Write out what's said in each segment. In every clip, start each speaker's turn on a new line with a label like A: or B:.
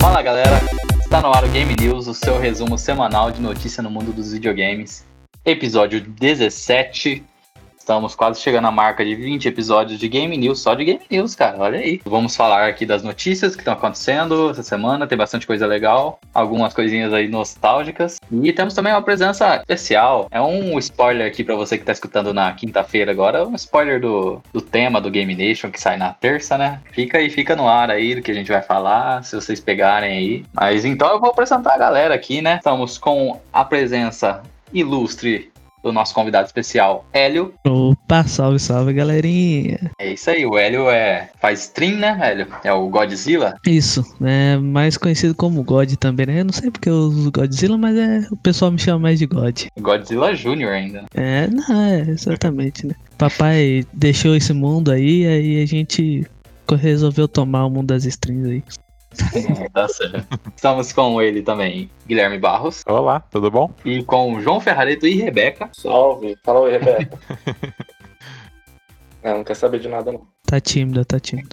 A: Fala galera, está no ar o Game News, o seu resumo semanal de notícia no mundo dos videogames. Episódio 17. Estamos quase chegando à marca de 20 episódios de Game News, só de Game News, cara, olha aí. Vamos falar aqui das notícias que estão acontecendo essa semana, tem bastante coisa legal, algumas coisinhas aí nostálgicas. E temos também uma presença especial. É um spoiler aqui para você que tá escutando na quinta-feira agora, um spoiler do, do tema do Game Nation que sai na terça, né? Fica aí, fica no ar aí do que a gente vai falar, se vocês pegarem aí. Mas então eu vou apresentar a galera aqui, né? Estamos com a presença ilustre do nosso convidado especial, Hélio.
B: Opa, salve, salve, galerinha.
A: É isso aí, o Hélio é, faz stream, né, Hélio? É o Godzilla.
B: Isso, é mais conhecido como God também, né? Eu não sei porque eu uso Godzilla, mas é, o pessoal me chama mais de God.
A: Godzilla Júnior ainda.
B: É, não, é, exatamente, né? Papai deixou esse mundo aí, aí a gente co- resolveu tomar o mundo das strings aí.
A: É, tá certo. Estamos com ele também, Guilherme Barros,
C: Olá, tudo bom?
A: e com o João Ferrareto e Rebeca.
D: Salve. Fala oi, Rebeca. É, não, não quer saber de nada, não.
B: Tá tímida, tá tímida.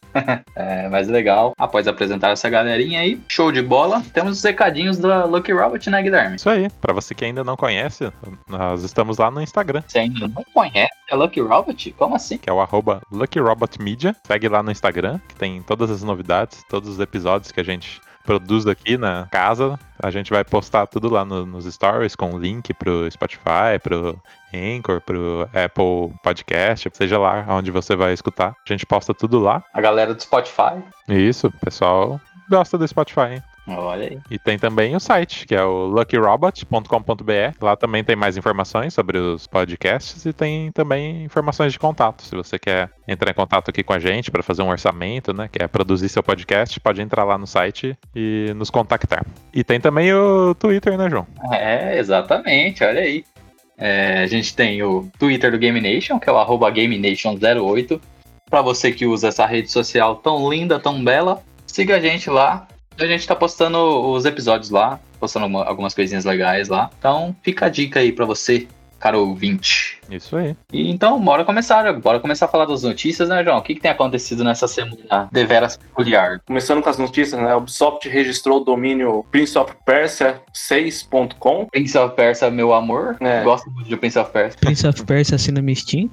A: É mais legal. Após apresentar essa galerinha aí, show de bola. Temos os recadinhos da Lucky Robot, né, Guilherme?
C: Isso aí, pra você que ainda não conhece, nós estamos lá no Instagram,
A: Você ainda não conhece a Lucky Robot? Como assim?
C: que é o arroba LuckyRobotMedia. Segue lá no Instagram, que tem todas as novidades, todos os episódios que a gente produz aqui na casa. A gente vai postar tudo lá no- nos stories, com link pro Spotify, pro Anchor, pro Apple Podcast, seja lá onde você vai escutar. A gente posta tudo lá.
A: A galera do Spotify.
C: E isso, o pessoal gosta do Spotify, hein?
A: Olha aí.
C: E tem também o site, que é o luckyrobot.com.br. Lá também tem mais informações sobre os podcasts e tem também informações de contato. Se você quer entrar em contato aqui com a gente para fazer um orçamento, né, quer produzir seu podcast, pode entrar lá no site e nos contactar. E tem também o Twitter, né, João?
A: É, exatamente, olha aí. É, a gente tem o Twitter do Game Nation, que é o arroba GameNation08. Pra você que usa essa rede social tão linda, tão bela, siga a gente lá. A gente tá postando os episódios lá, postando uma- algumas coisinhas legais lá. Então fica a dica aí pra você, cara ouvinte.
C: Isso aí.
A: E então, bora começar, bora começar a falar das notícias, né, João? O que, que tem acontecido nessa semana deveras peculiar?
D: Começando com as notícias, né? A Ubisoft registrou o domínio Prince of Persia 6.com.
A: Prince of Persia, meu amor.
D: É.
A: Gosto muito de Prince of Persia.
B: Prince of Persia assina minha Steam.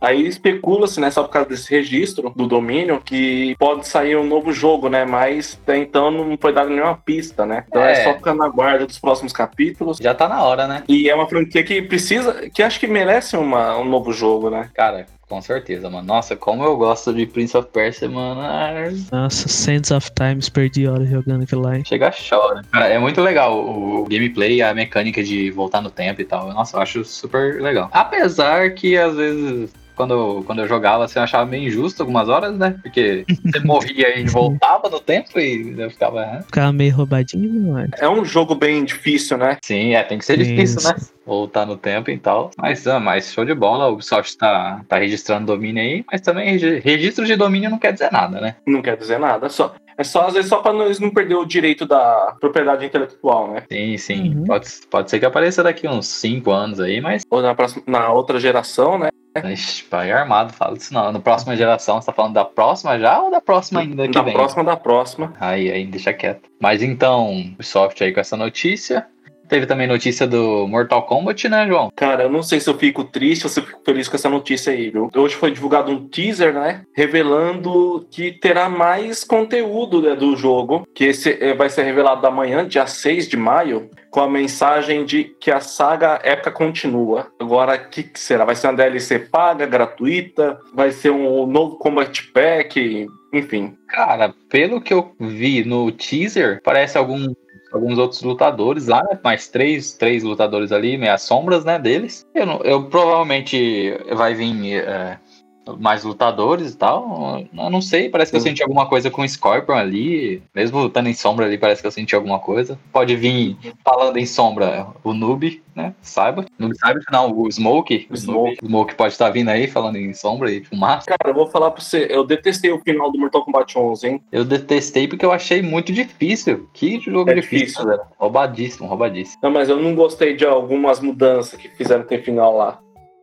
D: Aí especula-se, né, só por causa desse registro do domínio, que pode sair um novo jogo, né? Mas até então não foi dada nenhuma pista, né? Então é,
A: É.
D: só ficar na guarda dos próximos capítulos.
A: Já tá na hora, né?
D: E é uma franquia que precisa, que acho que merece uma, um novo jogo, né?
A: Cara, com certeza, mano. Nossa, como eu gosto de Prince of Persia, mano. Ah,
B: Nossa, Sands of Times, perdi horas jogando aquilo lá. hein?
A: Chega chora. Cara, é muito legal o, o gameplay, a mecânica de voltar no tempo e tal. Nossa, eu acho super legal. Apesar que às vezes. Quando eu, quando eu jogava, assim, eu achava meio injusto algumas horas, né? Porque você morria e voltava no tempo e eu ficava. "Hã?"
B: Ficava meio roubadinho, mas...
D: É um jogo bem difícil, né?
A: Sim, é, tem que ser difícil,
B: Isso.
A: né? Voltar no tempo e tal. Mas, ah, mas show de bola, o Ubisoft tá, tá registrando domínio aí, mas também regi- registro de domínio não quer dizer nada, né?
D: Não quer dizer nada. Só, é só, às vezes, só pra não- eles não perder o direito da propriedade intelectual, né?
A: Sim, sim.
B: Uhum.
A: Pode, pode ser que apareça daqui uns 5 anos aí, mas
D: Ou na, próxima, na outra geração, né?
A: ixi, vai armado, fala disso não. Na próxima geração, você tá falando da próxima já ou da próxima ainda que
D: da
A: vem?
D: próxima, da próxima.
A: Aí, aí, deixa quieto. Mas então, o software aí com essa notícia. Teve também notícia do Mortal Kombat, né, João?
D: Cara, eu não sei se eu fico triste ou se eu fico feliz com essa notícia aí, viu? Hoje foi divulgado um teaser, né? Revelando que terá mais conteúdo né, do jogo, que esse eh, vai ser revelado amanhã, dia 6 de maio, com a mensagem de que a saga épica continua. Agora, o que, que será? Vai ser uma DLC paga, gratuita? Vai ser um novo Combat Pack? Enfim.
A: Cara, pelo que eu vi no teaser, parece algum, alguns outros lutadores lá, né? Mais três, três lutadores ali, meias sombras, né, deles. Eu, não- eu provavelmente vai vir é, mais lutadores e tal. Eu não sei, parece que eu
D: Sim.
A: senti alguma coisa com o Scorpion ali. Mesmo estando em sombra ali, parece que eu senti alguma coisa. Pode vir falando em sombra o Noob, né? Saiba. Noob Saiba não, o Smoke. O Smoke, o Smoke pode estar vindo aí falando em sombra e fumaça.
D: Cara, eu vou falar pra você, eu detestei o final do Mortal Kombat 11, hein?
A: Eu detestei porque eu achei muito difícil. Que jogo
D: É
A: difícil,
D: difícil.
A: galera. Roubadíssimo, roubadíssimo.
D: Não, mas eu não gostei de algumas mudanças que fizeram ter final lá.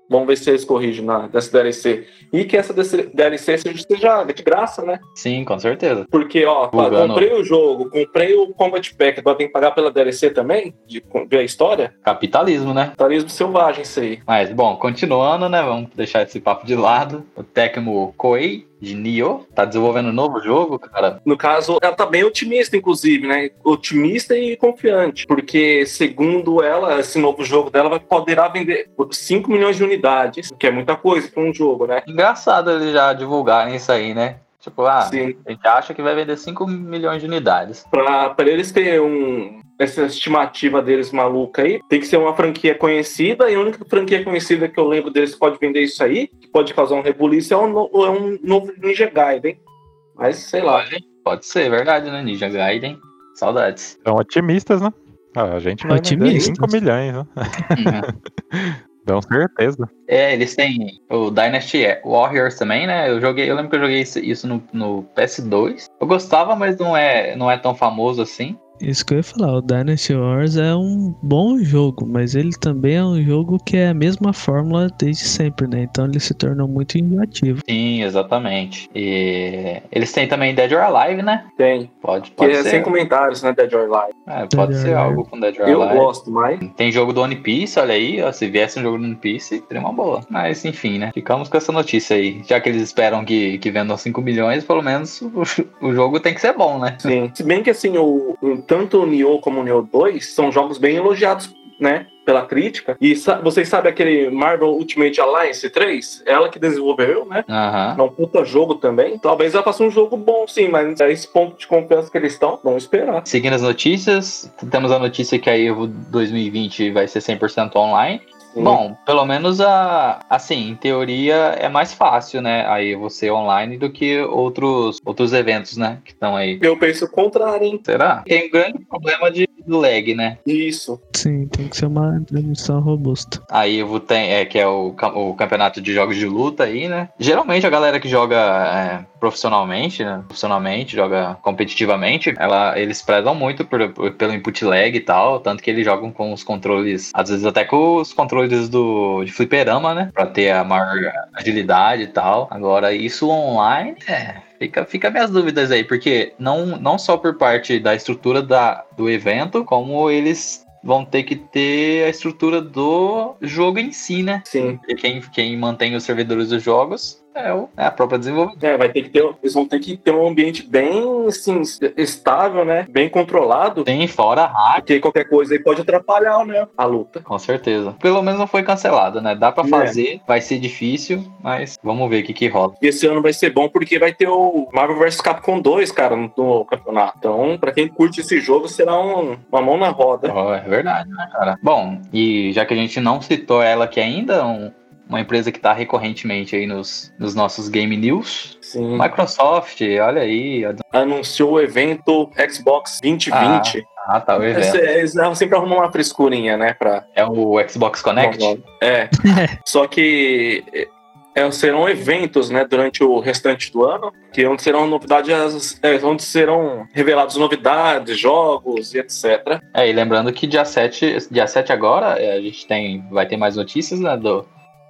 D: Vamos ver se eles corrigem na, dessa DLC. E que essa DLC seja, seja de graça, né?
A: Sim, com certeza.
D: Porque, ó, pá,
A: Engano.
D: comprei o jogo, comprei o Combat Pack, agora tem que pagar pela DLC também, de co- ver a história.
A: Capitalismo, né?
D: Capitalismo selvagem, isso aí.
A: Mas, bom, continuando, né? Vamos deixar esse papo de lado. O Tecmo Koei, de Nioh, tá desenvolvendo um novo jogo, cara.
D: No caso, ela tá bem otimista, inclusive, né? Otimista e confiante. Porque, segundo ela, esse novo jogo dela vai poderá vender 5 milhões de unidades, que é muita coisa para um jogo, né?
A: Engraçado eles já divulgarem isso aí, né? Tipo, ah,
D: Sim.
A: a gente acha que vai vender 5 milhões de unidades.
D: Pra, pra eles terem um. Essa estimativa deles maluca aí, tem que ser uma franquia conhecida, e a única franquia conhecida que eu lembro deles que pode vender isso aí, que pode causar um rebuliço, é um, no- é um novo Ninja Gaiden. Mas sei lá,
A: Olha, Pode ser, verdade, né? Ninja Gaiden. Saudades.
C: São otimistas, né? Ah, a gente vai vender
B: Otimistas.
C: 5 milhões, né? Com certeza.
A: É, eles têm o Dynasty Warriors também, né? Eu joguei, eu lembro que eu joguei isso, isso no, no PS2. Eu gostava, mas não é, não é tão famoso assim.
B: Isso que eu ia falar, o Dynasty Wars é um bom jogo, mas ele também é um jogo que é a mesma fórmula desde sempre, né? Então ele se tornou muito enjoativo.
A: Sim, exatamente. E eles têm também Dead or Alive, né?
D: tem.
A: Pode,
D: Que
A: pode
D: é
A: ser.
D: sem comentários, né? Dead or Alive.
A: É, pode
B: Dead or
A: ser
B: Alive.
A: algo com Dead or
D: Eu
A: Alive.
D: gosto, mas.
A: Tem jogo do One Piece, olha aí. ó, se viesse um jogo do One Piece, teria uma boa. Mas enfim, né? Ficamos com essa notícia aí. Já que eles esperam que, que vendam 5 milhões, pelo menos o, o jogo tem que ser bom, né?
D: Sim. Se bem que assim, o, o- tanto o Nioh como o Nioh 2 são jogos bem elogiados, né? Pela crítica. E sa- vocês sabem aquele Marvel Ultimate Alliance 3? Ela que desenvolveu, né?
A: Aham.
D: É um puta jogo também. Talvez ela faça um jogo bom, sim, mas é esse ponto de confiança que eles estão, vamos esperar.
A: Seguindo as notícias, temos a notícia que a Evo 2020 vai ser 100% online. Bom, pelo menos a, assim, em teoria é mais fácil, né? A Evo ser online do que outros, outros eventos, né? Que estão aí.
D: eu penso o contrário, hein?
A: Será? Tem um grande problema de lag, né?
D: Isso.
B: Sim, tem que ser uma transmissão robusta.
A: A Evo tem, é, que é o, ca- o campeonato de jogos de luta aí, né? Geralmente a galera que joga é, profissionalmente, né? Profissionalmente, joga competitivamente, ela, eles prezam muito por- por- pelo input lag e tal, tanto que eles jogam com os controles, às vezes até com os controles do, de fliperama, né? Pra ter a maior agilidade e tal. Agora, isso online, é. Fica, fica minhas dúvidas aí, porque não, não só por parte da estrutura da, do evento, como eles vão ter que ter a estrutura do jogo em si, né?
D: Sim.
A: E quem, quem mantém os servidores dos jogos é, o- é a própria desenvolvedora.
D: É, vai ter que ter. Eles vão ter que ter um ambiente bem assim, estável, né? Bem controlado.
A: Tem fora a hack,
D: Porque qualquer coisa aí pode atrapalhar, né? A luta.
A: com certeza. Pelo menos não foi cancelada, né? Dá pra
D: É.
A: fazer, vai ser difícil, mas vamos ver o que, que rola.
D: E esse ano vai ser bom porque vai ter o Marvel vs Capcom 2, cara, no, no campeonato. Então, pra quem curte esse jogo, será um- uma mão na roda.
A: Ó, é verdade, né, cara? Bom, e já que a gente não citou ela aqui ainda, um- uma empresa que tá recorrentemente aí nos, nos nossos game news.
D: Sim.
A: Microsoft, olha aí, a-
D: Anunciou o evento Xbox 2020.
A: ah, tá o
D: Essa-
A: evento.
D: É, Eles ela sempre arrumam uma frescurinha, né? Pra
A: É o Xbox Connect?
D: Bom, bom. É. Só que é, serão eventos, né, durante o restante do ano, que onde serão novidades, é, onde serão reveladas novidades, jogos e etc.
A: É, e lembrando que dia 7, dia 7 agora, é, a gente tem, vai ter mais notícias né, do,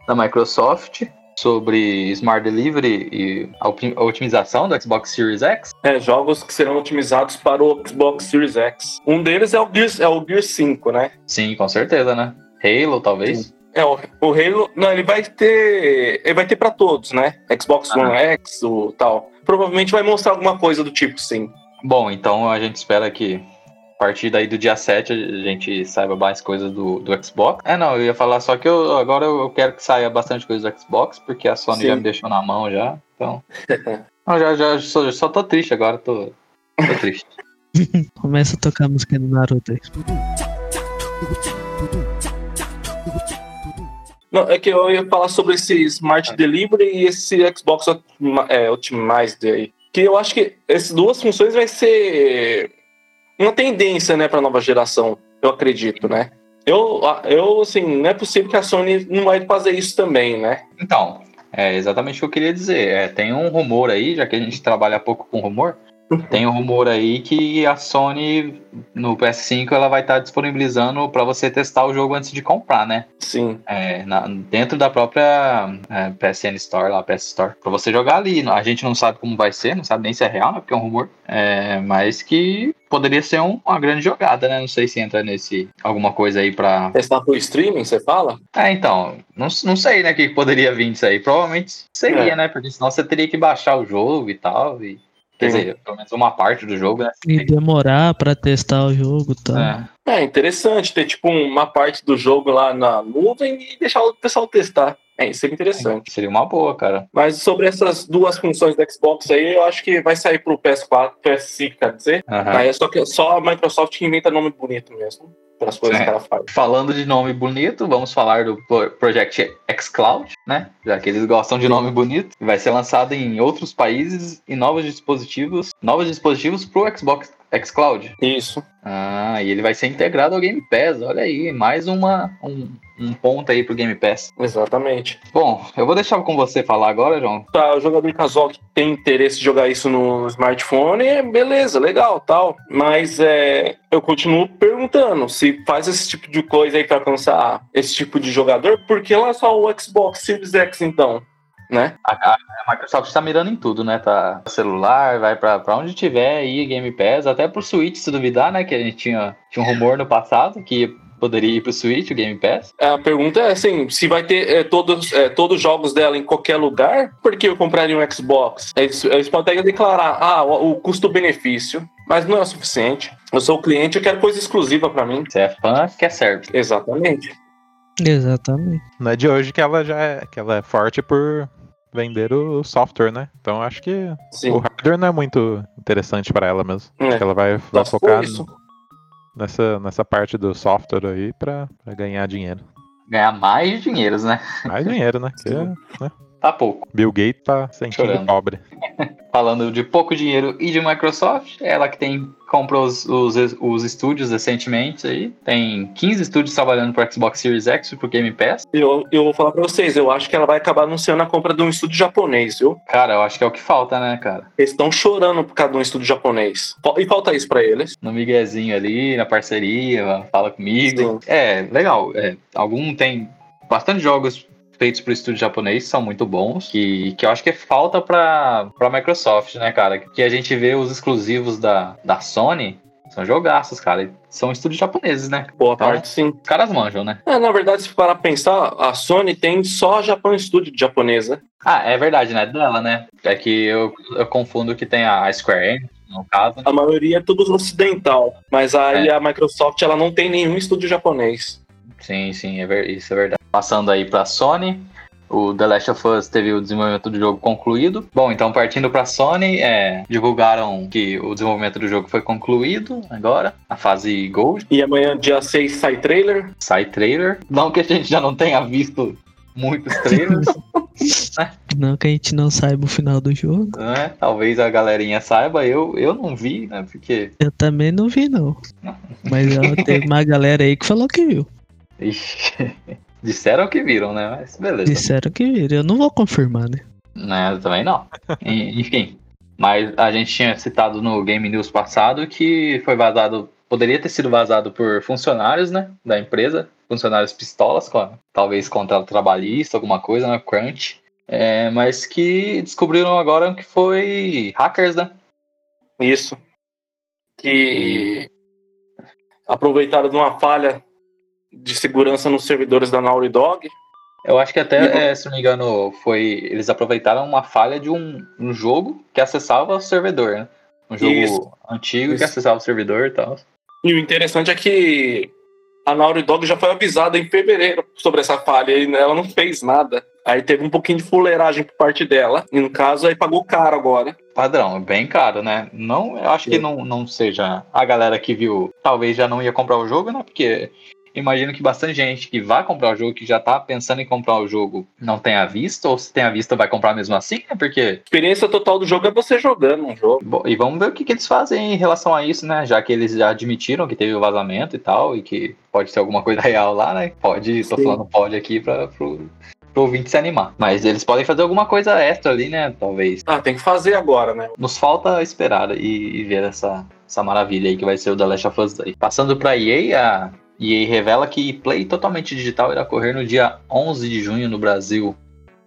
A: da Microsoft sobre Smart Delivery e a opti- a otimização do Xbox Series X.
D: É, jogos que serão otimizados para o Xbox Series X. Um deles é o Gears, é o Gears 5, né?
A: Sim, com certeza, né? Halo, talvez.
D: É, o, o Halo, não, ele vai ter, ele vai ter para todos, né? Xbox One X, o tal. Provavelmente vai mostrar alguma coisa do tipo, sim.
A: Bom, então a gente espera que a partir daí do dia 7 a gente saiba mais coisas do, do Xbox. É, não, eu ia falar só que eu, agora eu quero que saia bastante coisa do Xbox, porque a Sony
D: Sim.
A: já me deixou na mão já, então... Não, já, já, só, só tô triste agora, tô, tô triste.
B: Começa a tocar a música do Naruto aí.
D: Não, é que eu ia falar sobre esse Smart Delivery e esse Xbox Optima- é, Optimized aí. Que eu acho que essas duas funções vai ser uma tendência, né, pra nova geração. Eu acredito, né? Eu, a- eu, assim, não é possível que a Sony não vai fazer isso também, né?
A: Então, é exatamente o que eu queria dizer. É, tem um rumor aí, já que a gente trabalha pouco com rumor, Tem um rumor aí que a Sony no PS5 ela vai estar disponibilizando para você testar o jogo antes de comprar, né?
D: Sim.
A: É, na- dentro da própria é, PSN Store, lá, PS Store, pra você jogar ali. A gente não sabe como vai ser, não sabe nem se é real, né, porque é um rumor. É, mas que poderia ser um- uma grande jogada, né? Não sei se entra nesse alguma coisa aí pra.
D: Testar pro streaming, você fala?
A: É, então, não, não sei, né, o que poderia vir disso aí. Provavelmente seria,
D: É.
A: né? Porque senão você teria que baixar o jogo e tal. E, quer
D: Sim.
A: dizer, pelo menos uma parte do jogo, né?
B: E demorar pra testar o jogo tá? e tal.
A: É.
D: É interessante ter tipo uma parte do jogo lá na nuvem e deixar o pessoal testar. É, isso é interessante.
A: Seria uma boa, cara.
D: Mas sobre essas duas funções do Xbox aí, eu acho que vai sair pro PS4, PS5, quer dizer.
A: Aham.
D: Aí é só, que, só a Microsoft que inventa nome bonito mesmo, pelas coisas
A: É.
D: que ela faz.
A: Falando de nome bonito, vamos falar do Pro- Project X Cloud, né? Já que eles gostam de nome bonito. Vai ser lançado em outros países e novos dispositivos, novos dispositivos pro Xbox X Cloud.
D: Isso.
A: Ah, e ele vai ser integrado ao Game Pass. Olha aí, mais uma um, um ponto aí pro Game Pass.
D: Exatamente.
A: Bom, eu vou deixar com você falar agora, João.
D: Tá, o jogador casual que tem interesse de jogar isso no smartphone, é beleza, legal, tal. Mas é, eu continuo perguntando se faz esse tipo de coisa aí pra alcançar esse tipo de jogador, por que lançar o Xbox Series X então? Né?
A: A, a- a Microsoft tá mirando em tudo, né? Tá celular, vai pra, pra onde tiver aí, Game Pass, até pro Switch, se duvidar, né? Que a gente tinha, tinha um rumor no passado que poderia ir pro Switch, o Game Pass.
D: A pergunta é assim: se vai ter é, todos, é, todos os jogos dela em qualquer lugar, por que eu compraria um Xbox? Eles, eles podem até declarar ah, o, o custo-benefício, mas não é o suficiente. Eu sou o cliente, eu quero coisa exclusiva pra mim.
A: Você é fã, quer service.
D: Exatamente.
B: Exatamente.
C: Não é de hoje que ela já é, que ela é forte por vender o software, né? Então acho que o
D: Sim.
C: hardware não é muito interessante pra ela mesmo.
D: É.
C: Acho que ela tá vai,
D: Só
C: vai
D: se for
C: focar
D: isso.
C: nessa, nessa parte do software aí pra, pra ganhar dinheiro.
A: Ganhar mais dinheiros, né?
C: Mais dinheiro, né? Porque
D: Sim.
A: Tá pouco.
C: Bill Gates tá sentindo
A: Chorando.
C: pobre.
A: Falando de pouco dinheiro e de Microsoft, é ela que tem comprou os, os, os estúdios recentemente aí. Tem 15 estúdios trabalhando pro Xbox Series X e pro Game Pass.
D: Eu, eu vou falar pra vocês, eu acho que ela vai acabar anunciando a compra de um estúdio japonês, viu?
A: Cara, eu acho que é o que falta, né, cara?
D: Eles estão chorando por causa de um estúdio japonês. Fal- E falta isso pra eles.
A: No miguezinho ali, na parceria, fala comigo. É, legal. É, algum tem bastante jogos feitos pro estúdio japonês, são muito bons, que, que eu acho que falta pra, pra Microsoft, né, cara? Que a gente vê os exclusivos da, da Sony, são jogaços, cara. e São estúdios japoneses, né?
D: Boa
A: Tá.
D: parte, sim.
A: Os caras manjam, né?
D: É, na verdade, se parar pra pensar, a Sony tem só Japão Studio de japonesa.
A: Ah, é verdade, né? Dela, né? É que eu, eu confundo que tem a Square Enix, no caso.
D: A maioria é tudo ocidental. Mas aí a Microsoft, ela não tem nenhum estúdio japonês.
A: Sim, sim, é ver- isso é verdade. Passando aí pra Sony, o The Last of Us teve o desenvolvimento do jogo concluído. Bom, então partindo pra Sony, é, divulgaram que o desenvolvimento do jogo foi concluído agora, a fase Gold,
D: E amanhã, dia 6, sai trailer.
A: sai trailer. Não que a gente já não tenha visto muitos trailers,
B: Não que a gente não saiba o final do jogo.
A: né? Talvez a galerinha saiba, eu, eu não vi, né? Porque.
B: Eu também não vi, não. Mas ó, teve uma galera aí que falou que viu.
A: Ixi, disseram que viram, né? Mas beleza.
B: Disseram que viram. Eu não vou confirmar, né?
A: né? eu Também não. E- Enfim. Mas a gente tinha citado no Game News passado que foi vazado. Poderia ter sido vazado por funcionários, né? Da empresa. Funcionários pistolas, com, talvez contrato trabalhista, alguma coisa, né? Crunch. É, mas que descobriram agora que foi hackers, né?
D: Isso. Que aproveitaram de uma falha de segurança nos servidores da Naughty Dog.
A: Eu acho que até,
D: E o-
A: é, se não me engano, foi. Eles aproveitaram uma falha de um, um jogo que acessava o servidor, né? Um jogo
D: Isso.
A: antigo que
D: Isso.
A: acessava o servidor e tal.
D: E o interessante é que a Naughty Dog já foi avisada em fevereiro sobre essa falha e ela não fez nada. Aí teve um pouquinho de fuleiragem por parte dela. E no caso, aí pagou caro agora.
A: Padrão, bem caro, né? Não, eu acho que
D: Sim.
A: não, não seja a galera que viu, talvez já não ia comprar o jogo, né? Porque imagino que bastante gente que vai comprar o jogo, que já tá pensando em comprar o jogo, não tenha visto, ou se tenha visto, vai comprar mesmo assim, né? Porque.
D: A experiência total do jogo é você jogando um jogo.
A: Bom, E vamos ver o que, que eles fazem em relação a isso, né? Já que eles já admitiram que teve o vazamento e tal, e que pode ser alguma coisa real lá, né? Pode, tô
D: Sim.
A: falando pode aqui pra, pro, pro ouvinte se animar. Mas eles podem fazer alguma coisa extra ali, né? Talvez.
D: Ah, tem que fazer agora, né?
A: Nos falta esperar e, e ver essa, essa maravilha aí que vai ser o The Last of Us 2. Passando pra EA, a EA revela que Play totalmente digital irá correr no dia 11 de junho no Brasil.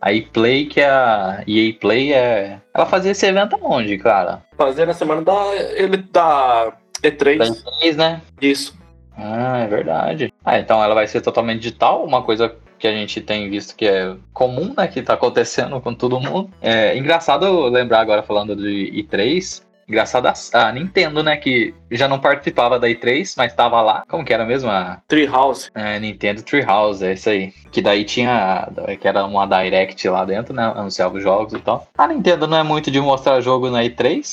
A: A EA Play, que é a EA Play é. Ela fazia esse evento aonde, cara?
D: Fazer na semana da, ele, da
A: Da
D: E3.
A: E3, né?
D: Isso.
A: Ah, é verdade. Ah, então ela vai ser totalmente digital, uma coisa que a gente tem visto que é comum, né? Que tá acontecendo com todo mundo. É engraçado eu lembrar agora falando de E3. Engraçado a, a Nintendo, né? Que já não participava da E3, mas tava lá. Como que era mesmo? A,
D: Treehouse.
A: a É, Nintendo Treehouse, é isso aí. Que daí tinha. Que era uma Direct lá dentro, né? Anunciava os jogos e tal. A Nintendo não é muito de mostrar jogo na E3.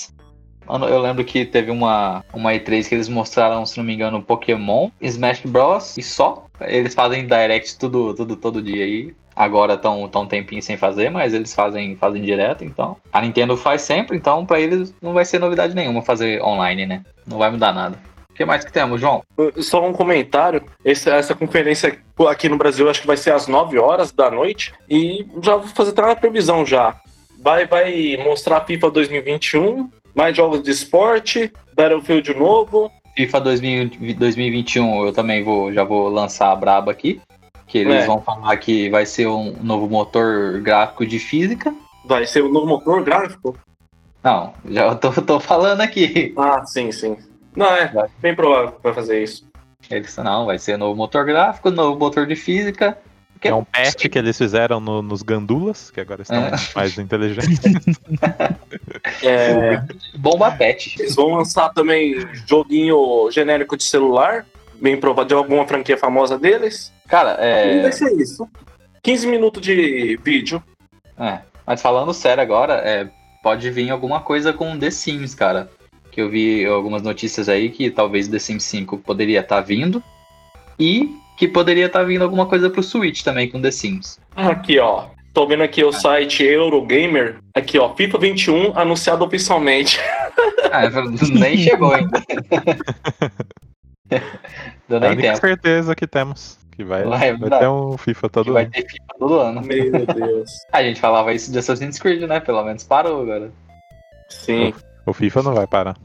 A: Mano, eu lembro que teve uma, uma E3 que eles mostraram, se não me engano, Pokémon, Smash Bros. e só. Eles fazem direct tudo, tudo todo dia aí. Agora estão tão um tempinho sem fazer, mas eles fazem, fazem direto, então. A Nintendo faz sempre, então pra eles não vai ser novidade nenhuma fazer online, né? Não vai mudar nada. O que mais que temos, João?
D: Só um comentário. Essa, essa conferência aqui no Brasil acho que vai ser às 9 horas da noite. E já vou fazer até uma previsão já. Vai, vai mostrar a FIFA 2021, mais jogos de esporte, Battlefield novo.
A: FIFA 2020 2021, eu também vou, já vou lançar a braba aqui. Que eles
D: É.
A: vão falar que vai ser um novo motor gráfico de física.
D: Vai ser o novo motor gráfico?
A: Não, já tô, tô falando aqui.
D: Ah, sim, sim. Não, é
A: Vai.
D: bem provável que vai fazer isso.
A: Eles não, vai ser novo motor gráfico, novo motor de física.
C: É um patch que eles fizeram no- nos gandulas, que agora estão
A: É.
C: mais inteligentes.
D: É,
A: Bomba pet.
D: eles vão lançar também joguinho genérico de celular, bem provável de alguma franquia famosa deles.
A: Cara,
D: E
A: é,
D: vai ser isso. 15 minutos de vídeo.
A: é, Mas falando sério agora, é, pode vir alguma coisa com The Sims, cara. Que eu vi algumas notícias aí que talvez The Sims 5 poderia estar vindo. E que poderia estar vindo alguma coisa pro Switch também com The Sims.
D: Aqui, ó. Tô vendo aqui o site Eurogamer. Aqui, ó. FIFA 21 anunciado oficialmente.
A: Ah, nem chegou ainda. Deu
C: É a
A: nem
C: única
A: tempo.
C: certeza que temos. Que vai,
A: Vai
C: vai,
A: dar.
C: ter um FIFA
A: Que
C: todo
A: vai
C: ano.
A: ter FIFA todo ano.
D: Meu Deus.
A: A gente falava isso de Assassin's Creed, né? Pelo menos parou agora.
D: Sim.
C: O FIFA não vai parar.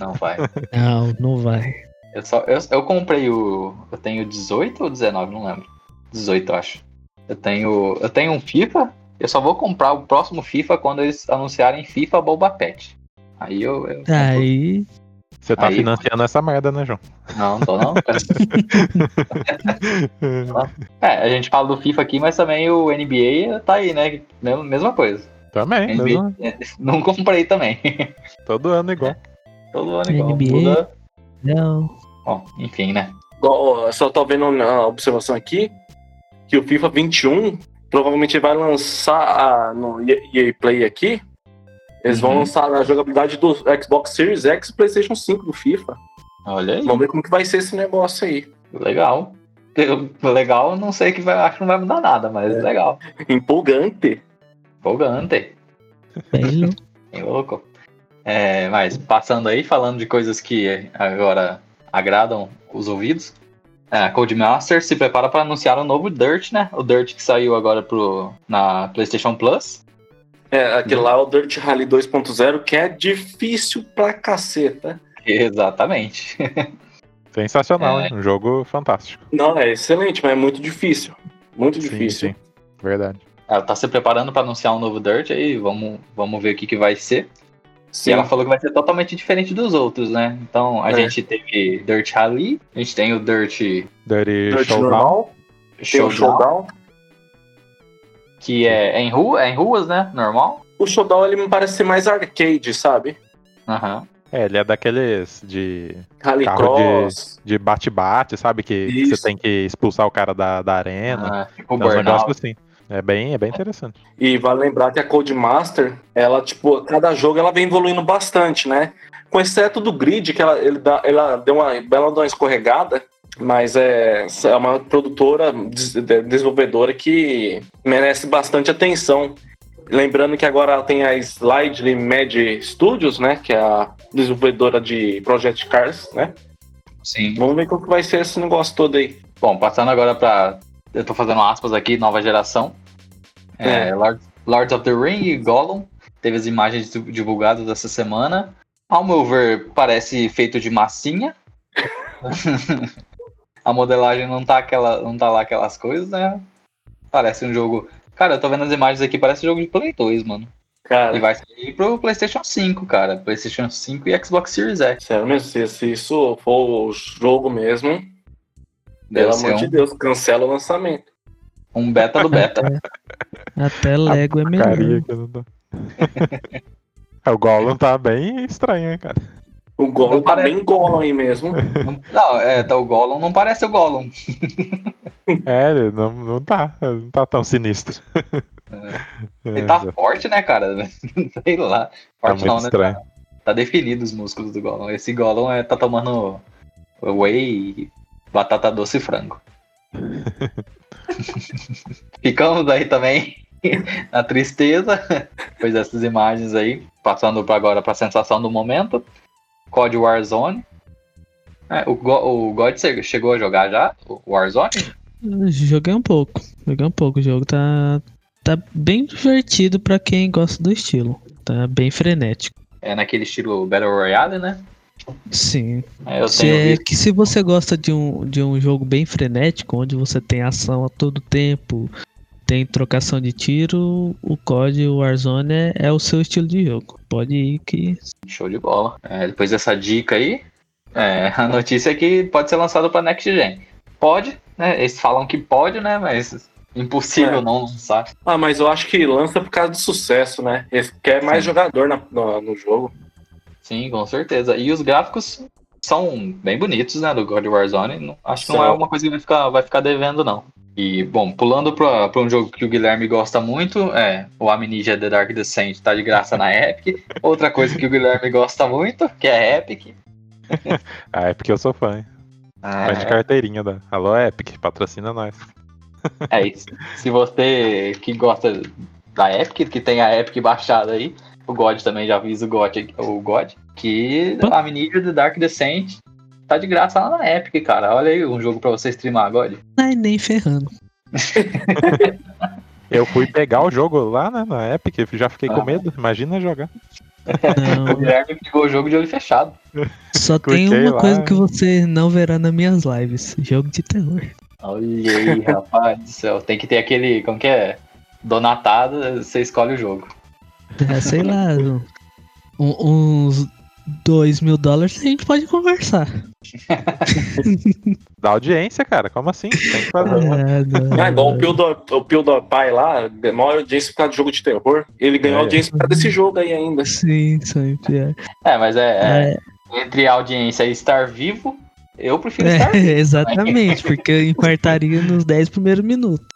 A: Não vai.
B: Não, não vai.
A: Eu, só, eu, eu comprei o. Eu tenho 18 ou 19, não lembro. 18, eu acho. Eu tenho. Eu tenho um FIFA. Eu só vou comprar o próximo FIFA quando eles anunciarem FIFA Boba Pet. Aí eu. eu-
B: Tá, Aí.
C: Você tá
A: Aí-
C: financiando essa merda, né, João?
A: Não, tô não. É, a gente fala do FIFA aqui, mas também o NBA tá aí, né? Mesma- Mesma coisa.
C: Também, mesmo,
A: NBA, é, não comprei também.
C: todo ano igual.
A: Todo ano igual.
B: NBA.
A: Muda.
B: Não.
A: Bom, enfim, né?
D: Ó, ó, Só tô vendo uma observação aqui. Que o FIFA 21 provavelmente vai lançar ah, no EA Play aqui. Eles vão
A: Uhum.
D: lançar a jogabilidade do Xbox Series X e PlayStation 5 do FIFA.
A: Olha aí,
D: Vamos ver como que vai ser esse negócio aí.
A: legal. Eu- legal, não sei que vai, acho que não vai mudar nada, mas legal.
D: Empolgante.
A: Empolgante,
B: Belo.
A: hein, louco. É, mas passando aí, falando de coisas que agora agradam os ouvidos, é, Codemaster se prepara para anunciar o novo Dirt, né? O Dirt que saiu agora pro, na PlayStation Plus.
D: É, aquele lá é o Dirt Rally 2.0, que é difícil pra caceta.
A: Exatamente.
C: Sensacional,
A: É.
C: hein? Um jogo fantástico.
D: Não, é excelente, mas é muito difícil. Muito difícil.
C: Sim, sim. Verdade.
A: Ela tá se preparando para anunciar um novo Dirt aí, vamos, vamos ver o que, que vai ser.
D: Sim.
A: E ela falou que vai ser totalmente diferente dos outros, né? Então a
D: É.
A: gente teve Dirt Rally, a gente tem o Dirt
C: Dirty
D: Dirt
C: Showdown.
D: normal, tem
A: Showdown,
D: o showdown.
A: que é, é em rua, é em ruas, né? Normal.
D: O showdown ele me parece ser mais arcade, sabe?
A: Aham.
C: É, ele é daqueles de
D: Rallycross.
C: de bate-bate, sabe? Que, que
D: Isso.
C: você tem que expulsar o cara da, da arena.
A: Ah, tipo
C: Tem uns
A: Burnout.
C: né? negócios assim. É bem, é bem interessante.
D: E vale lembrar que a Codemaster, ela, tipo, cada jogo ela vem evoluindo bastante, né? Com exceto do grid, que ela, ele dá, ela deu uma bela deu uma escorregada, mas é, é uma produtora, des- de- desenvolvedora que merece bastante atenção. Lembrando que agora ela tem a Slide Mad Studios, né? Que é a desenvolvedora de Project Cars, né?
A: Sim.
D: Vamos ver como que vai ser esse negócio todo aí.
A: Bom, passando agora pra. Eu tô fazendo aspas aqui, nova geração. É, Lord, Lord of the Ring e Gollum. Teve as imagens du- divulgadas dessa semana. Ao meu ver, parece feito de massinha. a modelagem não tá, aquela, não tá lá aquelas coisas, né? Parece um jogo. Cara, eu tô vendo as imagens aqui, parece um jogo de Play 2, mano. E
D: Cara,
A: vai sair pro PlayStation 5, cara. PlayStation 5 e Xbox Series X.
D: sério mesmo, se, se isso for o jogo mesmo,
A: Deve
D: pelo
A: ser
D: amor de
A: um,
D: Deus, cancela o lançamento.
A: um beta do beta.
B: Até Lego é melhor.
C: Porcaria que eu não tô. É, o Gollum tá bem estranho, hein, cara.
D: O Gollum
A: Não
D: tá
A: parece.
D: bem Gollum aí mesmo.
A: Não- Não, é, tá o Gollum, não parece o Gollum.
C: É, ele não, não tá. ele Não tá tão sinistro.
A: Ele tá forte, né, cara? Sei lá.
C: É, Tá
A: Forte
C: muito
A: não, né?
C: estranho.
A: Tá definido os músculos do Gollum. Esse Gollum é, tá tomando whey, batata doce e frango. Ficamos aí também na tristeza, pois essas imagens aí, passando pra agora pra sensação do momento, COD Warzone. É, o, Go, o God che- chegou a jogar já? O Warzone?
B: Joguei um pouco. Joguei um pouco. O jogo tá, tá bem divertido pra quem gosta do estilo. Tá bem frenético.
A: É naquele estilo Battle Royale, né?
B: Sim.
A: É, Eu
B: Se
A: tenho
B: é
A: visto.
B: que se você gosta de um, de um jogo bem frenético, onde você tem ação a todo tempo, tem trocação de tiro, o COD o Warzone é, é o seu estilo de jogo. Pode ir que
A: Show de bola. É, depois dessa dica aí, é, a notícia é que pode ser lançado pra Next Gen. Pode, né? Eles falam que pode, né? Mas impossível
D: É.
A: não lançar.
D: Ah, mas eu acho que lança por causa do sucesso, né? Eles querem mais
A: Sim.
D: jogador na- no, no jogo.
A: Sim, com certeza. E os gráficos são bem bonitos, né? Do God of Warzone. Não- Acho que não é
D: São.
A: uma coisa que vai ficar, vai ficar devendo, não. E, bom, pulando pra, pra um jogo que o Guilherme gosta muito, é o Amnesia The Dark Descent tá de graça na Epic. Outra coisa que o Guilherme gosta muito, que é a Epic.
C: Ah, é porque eu sou fã, hein? Fã de carteirinha da. Alô, Epic, patrocina nós.
A: É isso. Se você que gosta da Epic, que tem a Epic baixada aí, o God também já avisa o God, aqui- o God que
B: Pô.
A: a Amnesia The Dark Descent tá de graça lá na Epic, cara. Olha aí um jogo pra você streamar, God.
B: Ai, nem ferrando.
C: Eu fui pegar o jogo lá, né, na Epic, já fiquei com
A: Ah.
C: medo. Imagina jogar.
A: O
B: Não,
A: Guilherme pegou o jogo de olho fechado.
B: só tem
C: Cliquei
B: uma
C: lá.
B: coisa que você não verá nas minhas lives: jogo de terror.
A: Olha aí, rapaz do céu. Tem que ter aquele, como que é? Donatado, você escolhe o jogo.
B: É, sei lá, um- uns dois mil dólares a gente pode conversar.
C: Da audiência, cara, como assim? Tem que fazer. uma-
B: É, não.
D: Ah, igual o Pio do, o Pio do Pai lá, a maior audiência por causa de jogo de terror. Ele ganhou
C: É.
D: audiência por causa desse jogo aí ainda.
B: é, Sim, sempre é.
A: É, mas é,
B: É,
A: entre a audiência e estar vivo, eu prefiro estar
B: é,
A: vivo.
B: exatamente, porque eu infartaria nos 10 primeiros minutos.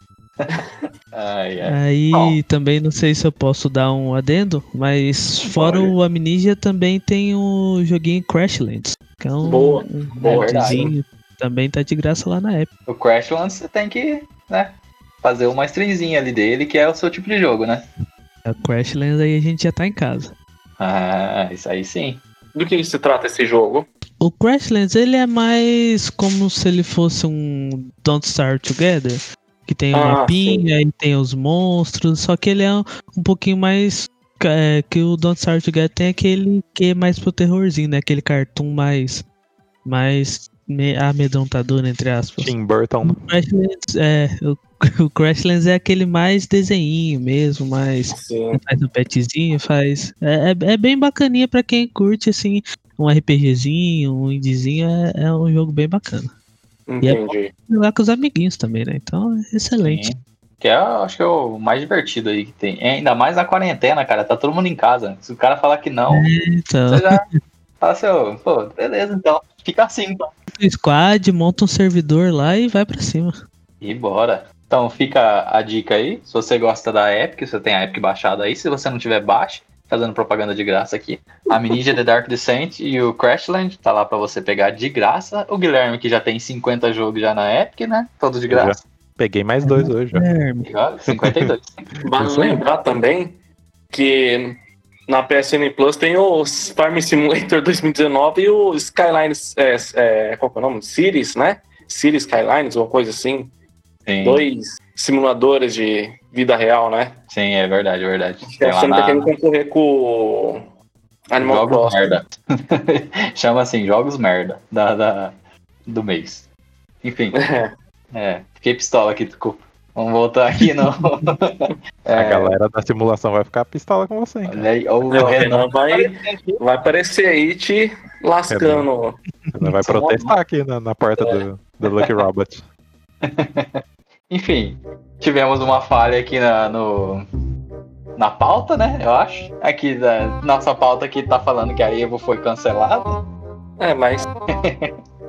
A: Ai, ai.
B: Aí
A: É. Bom.
B: também não sei se eu posso dar um adendo, mas fora
D: Olha.
B: o Amnesia também tem o joguinho Crashlands, que é um,
D: Boa,
B: um
A: boa,
B: nerdzinho, também tá de graça lá na época.
A: O Crashlands você tem que, né, fazer uma streamzinha ali dele, que é o seu tipo de jogo, né?
B: A Crashlands aí a gente já tá em casa.
A: Ah, isso aí sim.
D: Do que se trata esse jogo?
B: O Crashlands, ele é mais como se ele fosse um Don't Starve Together, que tem o
D: Ah,
B: mapinha e tem os monstros, só que ele é um, um pouquinho mais é, que o Don't Starve Together tem aquele que é mais pro terrorzinho, né? Aquele cartoon mais mais me- amedrontador entre aspas.
C: Tim Burton. né?
B: O Crashlands é o, o Crashlands é aquele mais desenhinho mesmo, mais
D: Sim.
B: você faz um petzinho, faz. É, é, é bem bacaninha pra quem curte, assim, um RPGzinho, um indiezinho. É, é um jogo bem bacana.
D: Entendi.
B: Jogar com os amiguinhos também, né? Então é excelente.
A: Sim. Que é, acho que é o mais divertido aí que tem. E ainda mais na quarentena, cara. Tá todo mundo em casa. Se o cara falar que não,
B: Então,
A: você já fala seu, pô, beleza, então. Fica assim, então.
B: o squad, monta um servidor lá e vai pra cima.
A: E bora. Então fica a dica aí. Se você gosta da Epic, você tem a Epic baixada aí. Se você não tiver, baixe. Fazendo propaganda de graça aqui. A Amnesia The Dark Descent e o Crashland tá lá pra você pegar de graça. O Guilherme, que já tem 50 jogos já na Epic, né? Todos de graça.
C: Peguei mais dois hoje. ó.
B: Guilherme.
A: E olha, 52.
D: Vale lembrar também que na PSN Plus tem o Farm Simulator 2019 e o Skyline. É, é, qual que é o nome? Cities, né? Cities Skylines, uma coisa assim.
A: Sim.
D: Dois. simuladores de vida real, né?
A: Sim, é verdade, é verdade.
D: Tem
A: Tem lá
D: achando que
A: na...
D: tá querendo concorrer com o Animal
A: Jogos
D: Crossing.
A: merda. Chama assim, jogos merda da, da- do mês. Enfim, é, fiquei pistola aqui, desculpa. Vamos voltar aqui É, não.
C: A galera da simulação vai ficar pistola com você, hein?
A: Olha aí, ó, o
D: É, o
A: Renan
D: Renan vai, vai aparecer aí te lascando.
C: Ela vai
A: Só
C: protestar aqui na, na porta do, do Lucky Robot.
A: Enfim, tivemos uma falha aqui na, no, na pauta, né? Eu acho. Aqui da nossa pauta aqui tá falando que a Evo foi cancelada.
D: É, mas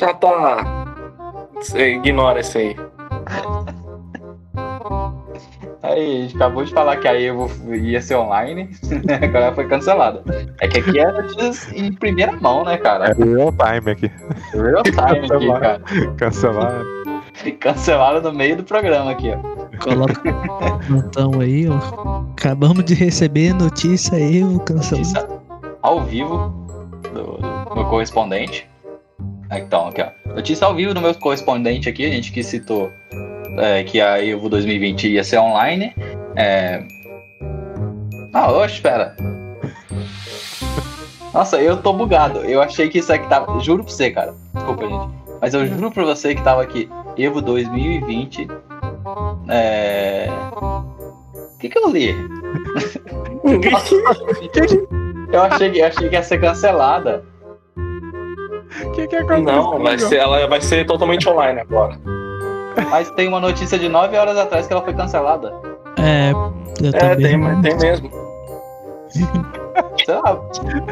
D: já tá. Você ignora isso aí.
A: Aí, a gente acabou de falar que a Evo ia ser online, agora ela foi cancelada. É que aqui é notícias em primeira mão, né,
C: É
A: cara?
C: real time aqui.
A: Real time aqui,
C: Cancelar.
A: cara.
C: Cancelar.
A: Cancelaram no meio do programa aqui, ó.
B: Coloca o botão aí, ó. Acabamos de receber notícia aí, o cancelamento.
A: notícia ao vivo do, do meu correspondente. Então, aqui, ó. Notícia ao vivo do meu correspondente aqui, a gente que citou é, que a Evo 2020 ia ser online. É... Ah, oxe, espera. Nossa, eu tô bugado. Eu achei que isso aqui tava. Juro pra você, cara. Desculpa, gente. Mas eu juro pra você que tava aqui. Evo 2020. É. O que, que eu li? Eu achei, que- eu achei que ia ser cancelada.
C: O que, que aconteceu?
D: Não, vai ser, ela vai ser totalmente online agora.
A: Mas tem uma notícia de 9 horas atrás que ela foi cancelada.
B: É, eu
C: Tá
D: É,
B: também.
D: tem, tem mesmo.
A: Sei lá,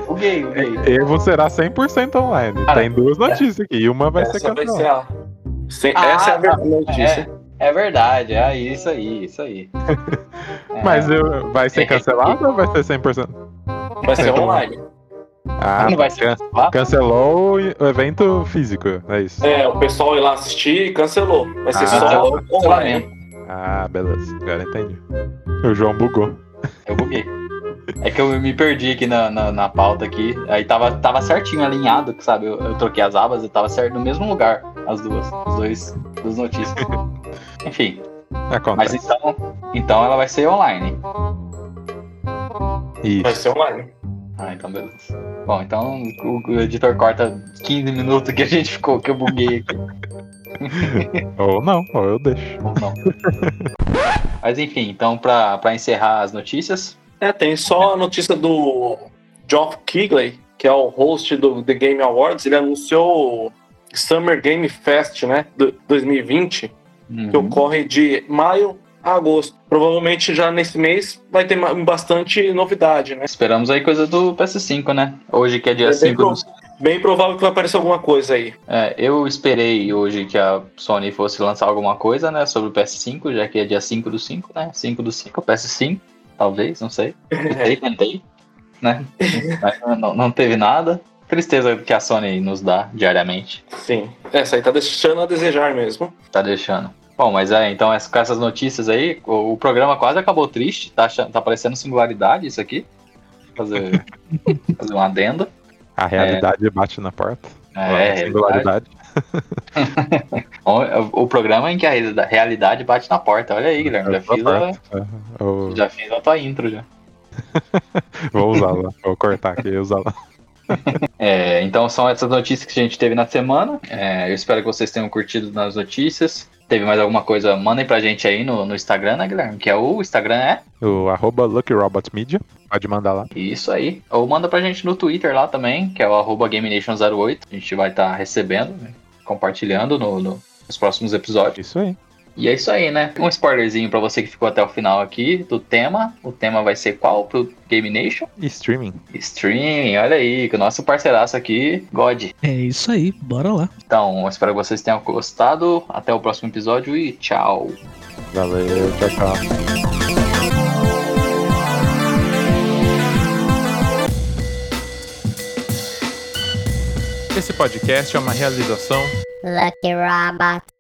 A: buguei, buguei.
C: Evo será 100% online.
A: Cara, é.
C: Tem duas notícias aqui. E uma vai ser
D: essa vai
C: cancelada.
D: ser a. Sem-
A: Ah,
D: essa é a verdade notícia.
A: É, é verdade, é isso aí, isso aí. É,
C: Mas eu- vai ser cancelada ou vai ser 100%?
D: Vai ser online.
C: Ah,
A: Não vai ser
C: can-
A: cancelada?
C: cancelou o evento físico. É isso.
D: É, o pessoal ir lá assistir e cancelou. Vai ser
A: tá
C: Ah,
D: só
A: cancelou.
D: online.
C: Ah, beleza. Agora entendi. O João bugou.
A: Eu buguei. É que eu me perdi aqui na, na, na pauta aqui. Aí tava, tava certinho, alinhado, sabe? Eu, eu troquei as abas e tava certo no mesmo lugar, as duas. Os dois, duas notícias. Enfim, mas
C: Acontece.
A: então, então ela vai ser online.
C: Isso.
D: Vai ser online.
A: Ah, então beleza. Bom, então o, o editor corta 15 minutos que a gente ficou, que eu buguei aqui.
C: Ou não, ou eu deixo.
A: Ou não. Mas enfim, então pra, pra encerrar as notícias,
D: É, tem só a notícia do Geoff Keighley, que é o host do The Game Awards. Ele anunciou o Summer Game Fest, né? do- 2020. que
A: uhum,
D: ocorre de maio a agosto. Provavelmente já nesse mês vai ter ma- bastante novidade, né?
A: esperamos aí coisa do PS5, né? Hoje que é dia
D: É bem
A: 5 do...
D: Bem provável que vai aparecer alguma coisa aí.
A: É, eu esperei hoje que a Sony fosse lançar alguma coisa, né, sobre o PS5, já que é dia 5 do 5, né? 5 do 5, PS5, talvez, não sei. Tentei, tentei, né? Mas não, não teve nada. Tristeza que a Sony nos dá diariamente.
D: Sim. Essa aí tá deixando a desejar mesmo.
A: Tá deixando. Bom, mas é, então essa- com essas notícias aí, o, o programa quase acabou triste, tá, achan- tá parecendo singularidade isso aqui. Fazer, fazer um adendo.
C: A realidade bate na porta.
A: É,
C: a singularidade.
A: o, o programa é em que a realida- realidade bate na porta. Olha aí, Guilherme, já
C: Bate
A: fiz,
C: na
A: a,
C: porta. É, eu
A: já fiz a tua intro já.
C: Vou usá-la. Vou cortar aqui e usá-la.
A: É, então são essas notícias que a gente teve na semana. É, eu espero que vocês tenham curtido nas notícias. Teve mais alguma coisa, mandem pra gente aí no, no Instagram, né, Guilherme? Que é o Instagram é
C: O arroba Lucky Robot Media. Pode mandar lá.
A: Isso aí. Ou manda pra gente no Twitter lá também, que é o arroba GameNation08. A gente vai estar recebendo, né? compartilhando no- no- nos próximos episódios.
C: Isso aí.
A: E é isso aí, né? Um spoilerzinho pra você que ficou até o final aqui do tema. O tema vai ser qual pro Game Nation?
C: E streaming.
A: Streaming, olha aí, que o nosso parceiraço aqui, God.
B: É isso aí, bora lá.
A: Então, eu espero que vocês tenham gostado. Até o próximo episódio e tchau.
C: Valeu, tchau, tchau. Esse podcast é uma realização
E: Lucky Robot.